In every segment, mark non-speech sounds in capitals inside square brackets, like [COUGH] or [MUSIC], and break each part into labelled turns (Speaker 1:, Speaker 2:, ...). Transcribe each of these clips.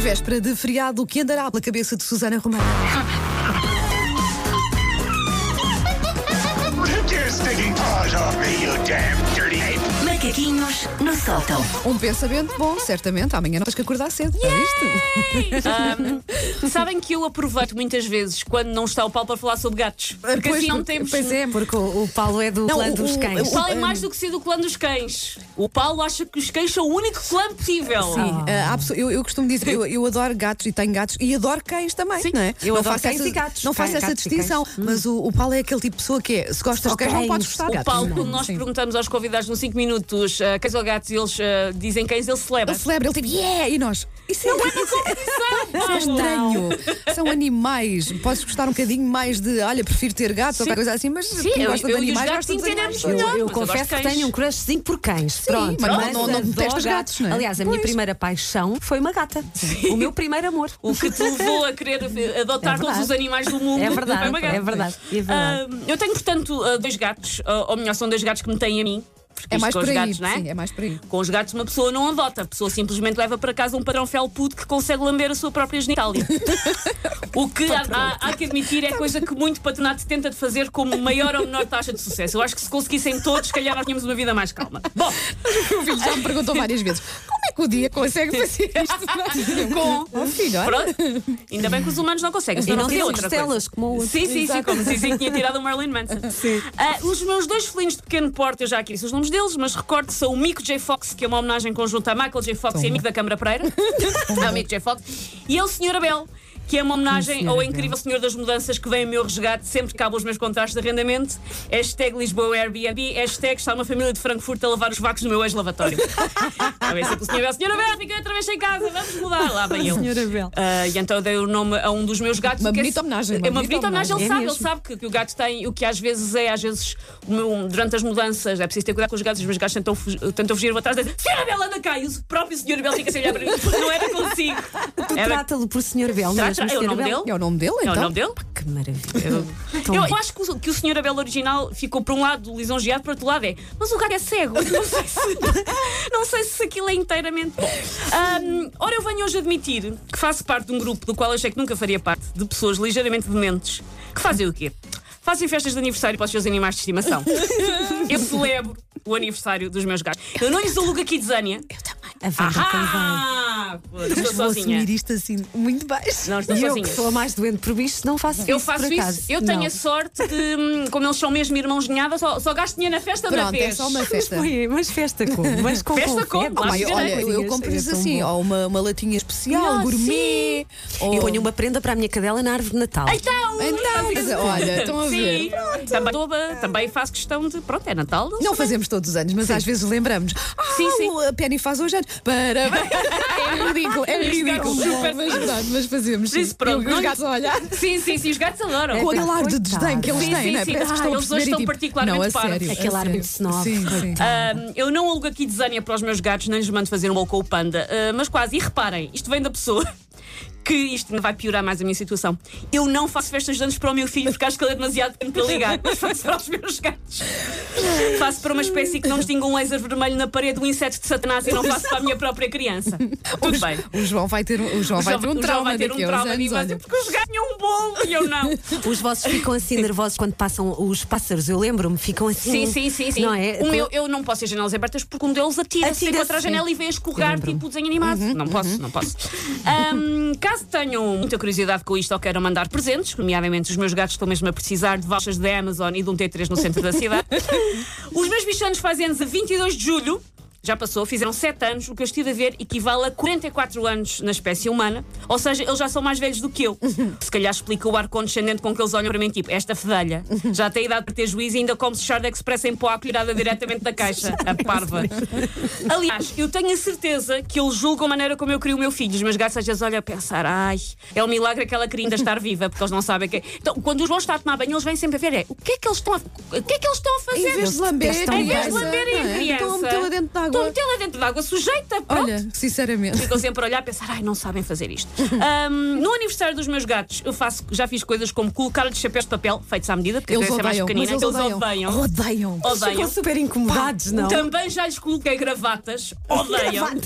Speaker 1: Véspera de feriado, o que andará pela cabeça de Susana Romana?
Speaker 2: Take your stinking paws off me, you damn dirty ape!
Speaker 3: Macaquinhos no sótão.
Speaker 1: Um pensamento bom, certamente. Amanhã não tens que acordar cedo. É isto?
Speaker 4: Sabem que eu aproveito muitas vezes quando não está o Paulo para falar sobre gatos. Porque
Speaker 1: Ah, Pois,
Speaker 4: assim não temos.
Speaker 1: Pois é,
Speaker 5: Porque o, o Paulo é do
Speaker 1: Não,
Speaker 5: clã
Speaker 1: o-
Speaker 5: dos
Speaker 1: o-
Speaker 5: cães.
Speaker 4: O Paulo é mais do que ser do clã dos cães. O Paulo acha que os cães são o único clã possível.
Speaker 1: Sim, ah, há pessoa- eu, eu costumo dizer, eu, eu adoro gatos e tenho gatos e adoro cães também,
Speaker 4: Sim.
Speaker 1: não é?
Speaker 5: Eu
Speaker 1: não
Speaker 5: adoro
Speaker 1: faço
Speaker 5: cães
Speaker 1: essa,
Speaker 5: e gatos.
Speaker 1: Não faço
Speaker 5: Cães,
Speaker 1: essa
Speaker 5: gatos e
Speaker 1: distinção, mas o, o Paulo é aquele tipo de pessoa que é, se gostas de
Speaker 5: Ok,
Speaker 1: cães, não podes
Speaker 5: isso.
Speaker 1: gostar de
Speaker 4: O
Speaker 1: gatos.
Speaker 4: Paulo, quando nós
Speaker 1: Sim.
Speaker 4: perguntamos aos convidados nos 5 minutos ah, cães ou gatos, e eles ah, dizem cães, ele celebra.
Speaker 1: Ele celebra, ele tipo, yeah! E nós, isso não é, isso é- isso é estranho. São animais. Podes gostar um bocadinho mais de, olha, prefiro ter gatos ou qualquer coisa assim, mas
Speaker 4: Sim,
Speaker 1: quem
Speaker 4: eu-
Speaker 1: gosta
Speaker 4: eu
Speaker 1: de
Speaker 4: e os
Speaker 1: animais
Speaker 4: gatos
Speaker 1: gosta dos animais.
Speaker 4: entendemos
Speaker 5: Eu,
Speaker 4: melhor.
Speaker 5: eu
Speaker 4: mas eu
Speaker 5: confesso
Speaker 4: gosto de
Speaker 5: que
Speaker 4: cães.
Speaker 5: tenho um crushzinho por cães. Pronto,
Speaker 1: mas não- não- não
Speaker 5: adoro
Speaker 1: detestas gatos, não é?
Speaker 5: Aliás, a minha primeira paixão foi uma gata. O meu primeiro amor.
Speaker 4: O que te levou a querer eh, adotar
Speaker 5: É
Speaker 4: todos
Speaker 5: verdade.
Speaker 4: os animais do [LAUGHS] mundo.
Speaker 5: [LAUGHS] É verdade,
Speaker 4: Foi uma gata.
Speaker 5: é verdade, é verdade.
Speaker 4: Ah, eu tenho, portanto, ah, dois gatos, ah, ou melhor, são dois gatos que me têm a mim. Porque
Speaker 1: É
Speaker 4: isto
Speaker 1: mais
Speaker 4: com
Speaker 1: por
Speaker 4: os
Speaker 1: aí.
Speaker 4: gatos, não é?
Speaker 1: Sim, é mais por
Speaker 4: [LAUGHS]
Speaker 1: aí.
Speaker 4: Com os gatos, uma pessoa não adota. A pessoa simplesmente leva para casa um padrão felpudo que consegue lamber a sua própria genitália. o que há, há- há que admitir é coisa que muito patronato tenta de fazer como maior ou menor taxa de sucesso. Eu acho que se conseguissem todos, se calhar nós tínhamos uma vida mais calma. Bom,
Speaker 1: O filho já me perguntou várias vezes: como é que o dia consegue fazer [LAUGHS] isto? Com. Oh, filho, olha.
Speaker 4: pronto. Ainda bem que os humanos não conseguem.
Speaker 5: E
Speaker 4: senão
Speaker 5: não
Speaker 4: seria
Speaker 5: temos
Speaker 4: outra coisa.
Speaker 5: costelas como o outro.
Speaker 4: Sim, sim, sim, como dizem que tinha tirado o Marilyn Manson. Ah, os meus dois felinos de pequeno porte, eu já aqui disse os nomes deles, mas recordo são o Mico J. Fox, que é uma homenagem conjunta a Michael J. Fox e a Mico da Câmara Pereira. é o Mico J. Fox. E ao Sr. Abel, que é uma homenagem ao incrível Senhor das Mudanças que vem ao meu resgate sempre que acabam os meus contratos de arrendamento. Hashtag Lisboa Airbnb, hashtag está uma família de Frankfurt a lavar os vacos no meu ex-lavatório. a ver se o Sr. Abel, Sr. Abel, fica outra vez em casa, vamos mudar. Lá vem ele.
Speaker 5: Senhora Bel.
Speaker 4: Ah, e então eu dei o nome a um dos meus gatos.
Speaker 1: Uma
Speaker 4: que é-
Speaker 1: bonita homenagem, uma
Speaker 4: É uma
Speaker 1: bonita
Speaker 4: bonita homenagem,
Speaker 1: homenagem. É
Speaker 4: ele sabe, ele
Speaker 1: mesmo.
Speaker 4: sabe que, que o gato tem, o que às vezes é, às vezes, o meu- durante as mudanças, é preciso ter cuidado com os gatos, os meus gatos tentam, fugi- tentam fugir, eu vou atrás dele, Senhora Bela, anda cá, e o próprio Senhor Bela fica sem olhar para mim, não era consigo.
Speaker 5: Tu
Speaker 4: Era-
Speaker 5: trata-lo por Senhor Bel
Speaker 4: Tra-
Speaker 5: mesmo.
Speaker 4: tra- é o
Speaker 5: Senhora
Speaker 4: nome
Speaker 5: Bel.
Speaker 4: dele?
Speaker 1: É o nome dele,
Speaker 4: É
Speaker 1: então?
Speaker 4: o nome dele?
Speaker 5: Que maravilha. Tão
Speaker 4: Eu,
Speaker 5: bem.
Speaker 4: eu acho que o, que o Senhor Abel original ficou, por um lado, lisonjeado, por outro lado é, mas o gato é cego. [LAUGHS] Não sei se, não sei se aquilo é inteiramente. Bom, hum, ora, eu venho hoje admitir que faço parte de um grupo do qual achei que nunca faria parte, de pessoas ligeiramente dementes, que fazem o quê? Fazem festas de aniversário para os seus animais de
Speaker 5: [LAUGHS]
Speaker 4: estimação. Eu celebro o aniversário dos meus gatos. Eu não lhes alugo aqui desânia.
Speaker 5: A Wanda Carvalho.
Speaker 4: Ah! Estou
Speaker 1: Vou
Speaker 4: sozinha.
Speaker 1: assumir isto assim muito baixo.
Speaker 4: Não, estou
Speaker 5: E eu
Speaker 4: sozinha.
Speaker 5: que sou a mais doente por bichos, não faço
Speaker 4: Eu
Speaker 5: isso,
Speaker 4: faço
Speaker 5: por acaso.
Speaker 4: isso, eu tenho
Speaker 5: Não.
Speaker 4: a sorte de, hum, como eles são mesmo irmãos ninhadas, só, só gasto dinheiro na festa uma
Speaker 1: Pronto,
Speaker 4: vez.
Speaker 1: é só uma
Speaker 4: [LAUGHS]
Speaker 5: Mas,
Speaker 1: festa.
Speaker 5: foi, mas festa como? Mas com é
Speaker 4: Festa como?
Speaker 5: confete.
Speaker 1: Ah,
Speaker 4: Lá
Speaker 1: mas
Speaker 4: chegar
Speaker 1: olha,
Speaker 4: a
Speaker 1: eu, eu compro
Speaker 5: Coisinhas, é tão
Speaker 1: assim,
Speaker 5: bom.
Speaker 1: ou uma, uma latinha especial,
Speaker 4: Ah,
Speaker 1: gourmet. Ou...
Speaker 5: E ponho uma prenda para a minha cadela na árvore de Natal.
Speaker 4: Então,
Speaker 1: Então, quer dizer, olha, estão a
Speaker 4: Sim,
Speaker 1: ver.
Speaker 4: também, dou, uh, também faço questão de. Pronto, é Natal.
Speaker 1: Não fazemos todos os anos, mas às vezes lembramos. Ah,
Speaker 4: Sim, sim.
Speaker 1: o- a Penny faz hoje anos. Parabéns. É ridículo, é
Speaker 4: Isto é
Speaker 1: ridículo.
Speaker 4: super-
Speaker 1: Mas, verdade, mas fazemos. sim.
Speaker 4: Isso, pronto,
Speaker 1: E os
Speaker 4: não-
Speaker 1: gatos a olhar. É
Speaker 4: Sim, sim, sim, os gatos adoram.
Speaker 1: Com aquele ar de
Speaker 5: coitado.
Speaker 1: desdém que eles
Speaker 4: Sim,
Speaker 1: têm,
Speaker 4: sim,
Speaker 1: não é? Parece
Speaker 4: sim.
Speaker 1: que
Speaker 4: Ah,
Speaker 1: estão a
Speaker 4: eles hoje
Speaker 1: perceber e
Speaker 4: estão
Speaker 1: tipo,
Speaker 4: particularmente
Speaker 1: não, a sério,
Speaker 4: parvos.
Speaker 1: a
Speaker 5: Aquele ar
Speaker 1: sério.
Speaker 5: muito snob,
Speaker 1: Sim, sim.
Speaker 5: coitado.
Speaker 4: Ahm, eu não alugo aqui desânia para os meus gatos, nem lhes mando fazer um bolo com o panda, ah, mas quase. E reparem, isto vem da pessoa. [LAUGHS] Que isto ainda vai piorar mais a minha situação. Eu não faço festas de anos para o meu filho porque acho que ele é demasiado
Speaker 1: [LAUGHS]
Speaker 4: pequeno para ligar, mas faço para os meus gatos. faço para uma espécie que não distingue um laser vermelho na parede, um inseto de Satanás e não faço para a minha
Speaker 1: [LAUGHS]
Speaker 4: própria criança. Tudo bem.
Speaker 1: O João vai ter, um- o João vai ter um
Speaker 4: o João
Speaker 1: trauma
Speaker 4: vai ter um
Speaker 1: daqui a uns
Speaker 4: trauma de
Speaker 1: anos,
Speaker 4: infância
Speaker 1: olha.
Speaker 4: porque os gatos tinham um bolo e eu não.
Speaker 5: Os vossos ficam
Speaker 4: [LAUGHS]
Speaker 5: assim nervosos quando passam os pássaros, eu lembro-me, ficam
Speaker 4: Sim,
Speaker 5: assim.
Speaker 4: sim, sim. sim.
Speaker 5: Não é?
Speaker 4: O meu, eu não posso ter janelas abertas porque um deles atira-se
Speaker 5: Atira-se. é
Speaker 4: contra a janela e vem a escorrer
Speaker 5: lembro-me.
Speaker 4: tipo desenho animado.
Speaker 5: Uhum,
Speaker 4: não posso, não posso. Ahm, caso tenham muita curiosidade com isto ou queiram mandar presentes, nomeadamente os meus gatos estão mesmo a precisar de vouchers da Amazon e de um T3 no centro da
Speaker 5: [LAUGHS]
Speaker 4: cidade, os meus bichanos fazem anos a 22 de julho. Já passou, fizeram 7 anos, o que eu estive a ver equivale a 44 anos na espécie humana, ou seja, eles já são mais velhos do que eu. Se calhar explica o ar condescendente com que eles olham para mim, tipo, esta fedelha já tem idade para ter juízo e ainda come-se Charda Express em pó à colherada diretamente da caixa, a parva. Aliás, eu tenho a certeza que eles julgam a maneira como eu crio o meu filho. Os meus gatos às vezes olham a pensar, ai, é um milagre que ela queria ainda estar viva, porque eles não sabem que. Então, quando os vão estar a tomar banho, eles vêm sempre a ver, é, o que é que eles estão a, o que é que eles estão a fazer?
Speaker 1: Em vez de lamber,
Speaker 5: Detestam
Speaker 4: Em vez de
Speaker 5: criança,
Speaker 4: lamberem a
Speaker 1: não é?
Speaker 4: criança.
Speaker 1: Estão a metê-la dentro de
Speaker 4: Estão a
Speaker 1: água.
Speaker 4: metê-la dentro de água, sujeita, pronto.
Speaker 1: Olha, sinceramente.
Speaker 4: Ficam sempre a olhar a pensar, ai, não sabem fazer isto. Ahm, no aniversário dos meus gatos, eu faço, já fiz coisas como colocar-lhes chapéus de papel feitos à medida, porque
Speaker 1: Eles
Speaker 4: a criança é mais
Speaker 1: odeiam,
Speaker 4: pequenina.
Speaker 1: mas eles odeiam.
Speaker 5: Odeiam. Eles
Speaker 4: Odeiam.
Speaker 5: Ficam super incomodados, não?
Speaker 4: Também já lhes coloquei gravatas. Odeiam. [LAUGHS]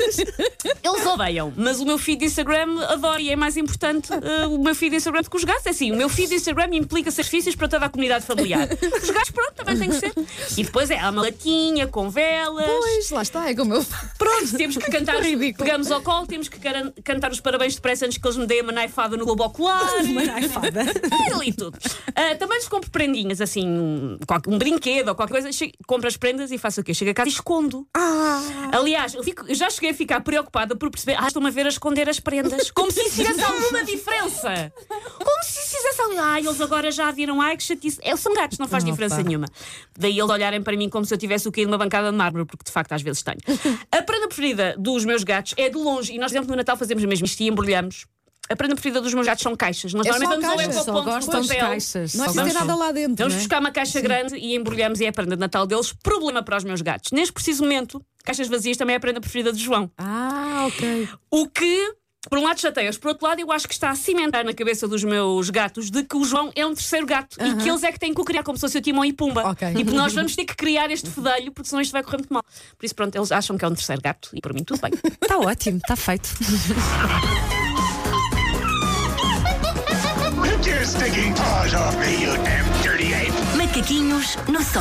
Speaker 4: Eles odeiam. Mas o meu feed de Instagram adora e é mais importante eh, o meu feed de Instagram do que os gatos. É assim, o meu feed de Instagram implica sacrifícios para toda a comunidade familiar. Os gatos, pronto, também tem que ser. E depois é, há uma latinha com velas.
Speaker 1: Pois, lá está, é como eu.
Speaker 4: Pronto, temos que cantar. os-
Speaker 1: Ridículo.
Speaker 4: Pegamos ao colo, temos que caran- cantar os parabéns depressa antes que eles me deem uma naifada no globo ocular.
Speaker 5: Uma naifada.
Speaker 4: É ali tudo. Ah, também lhes compro prendinhas, assim, um, qualquer- um brinquedo ou qualquer coisa. Chego, compro as prendas e faço o quê? Chego a casa e escondo. Aliás, eu, fico- eu já cheguei a ficar preocupada por perceber. Ah, estão-me a ver a esconder as [LAUGHS] prendas. Como se isso fizesse alguma diferença. Como se isso fizesse alguma. Ah, eles agora já viram. Ai, que chatice. Eles são gatos, não faz diferença
Speaker 1: pá.
Speaker 4: nenhuma. Daí eles olharem para mim como se eu tivesse o quê de uma bancada de mármore, porque de facto às vezes tenho. A prenda preferida dos meus gatos é de longe. E nós, por exemplo, no Natal fazemos mesmo isto e embrulhamos. A prenda preferida dos meus gatos são caixas. Nós
Speaker 1: É só
Speaker 4: normalmente vamos
Speaker 1: caixas,
Speaker 4: ao
Speaker 5: Só
Speaker 4: ecoponto do
Speaker 5: gostam de
Speaker 4: papel.
Speaker 5: caixas.
Speaker 1: Não é
Speaker 5: Só
Speaker 1: preciso ter
Speaker 5: gostam.
Speaker 1: nada lá dentro.
Speaker 4: Vamos
Speaker 1: não é?
Speaker 4: buscar uma caixa grande e embrulhamos e é a prenda de Natal deles. Problema para os meus gatos. Neste preciso momento, caixas vazias também é a prenda preferida de João.
Speaker 1: Ah, ok.
Speaker 4: O que, por um lado, chateia-os. Por outro lado, eu acho que está a cimentar na cabeça dos meus gatos de que o João é um terceiro gato e que eles é que têm que o criar, como se fosse o Timão e Pumba.
Speaker 1: Ok.
Speaker 4: Tipo, nós vamos ter que criar este fedelho, porque senão isto vai correr muito mal. Por isso, pronto, eles acham que é um terceiro gato e para mim
Speaker 1: [LAUGHS]
Speaker 4: tudo bem.
Speaker 5: Está ótimo, está feito.
Speaker 2: Rip your stinking paws off me, you damn dirty ape!
Speaker 3: Macaquinhos no sol.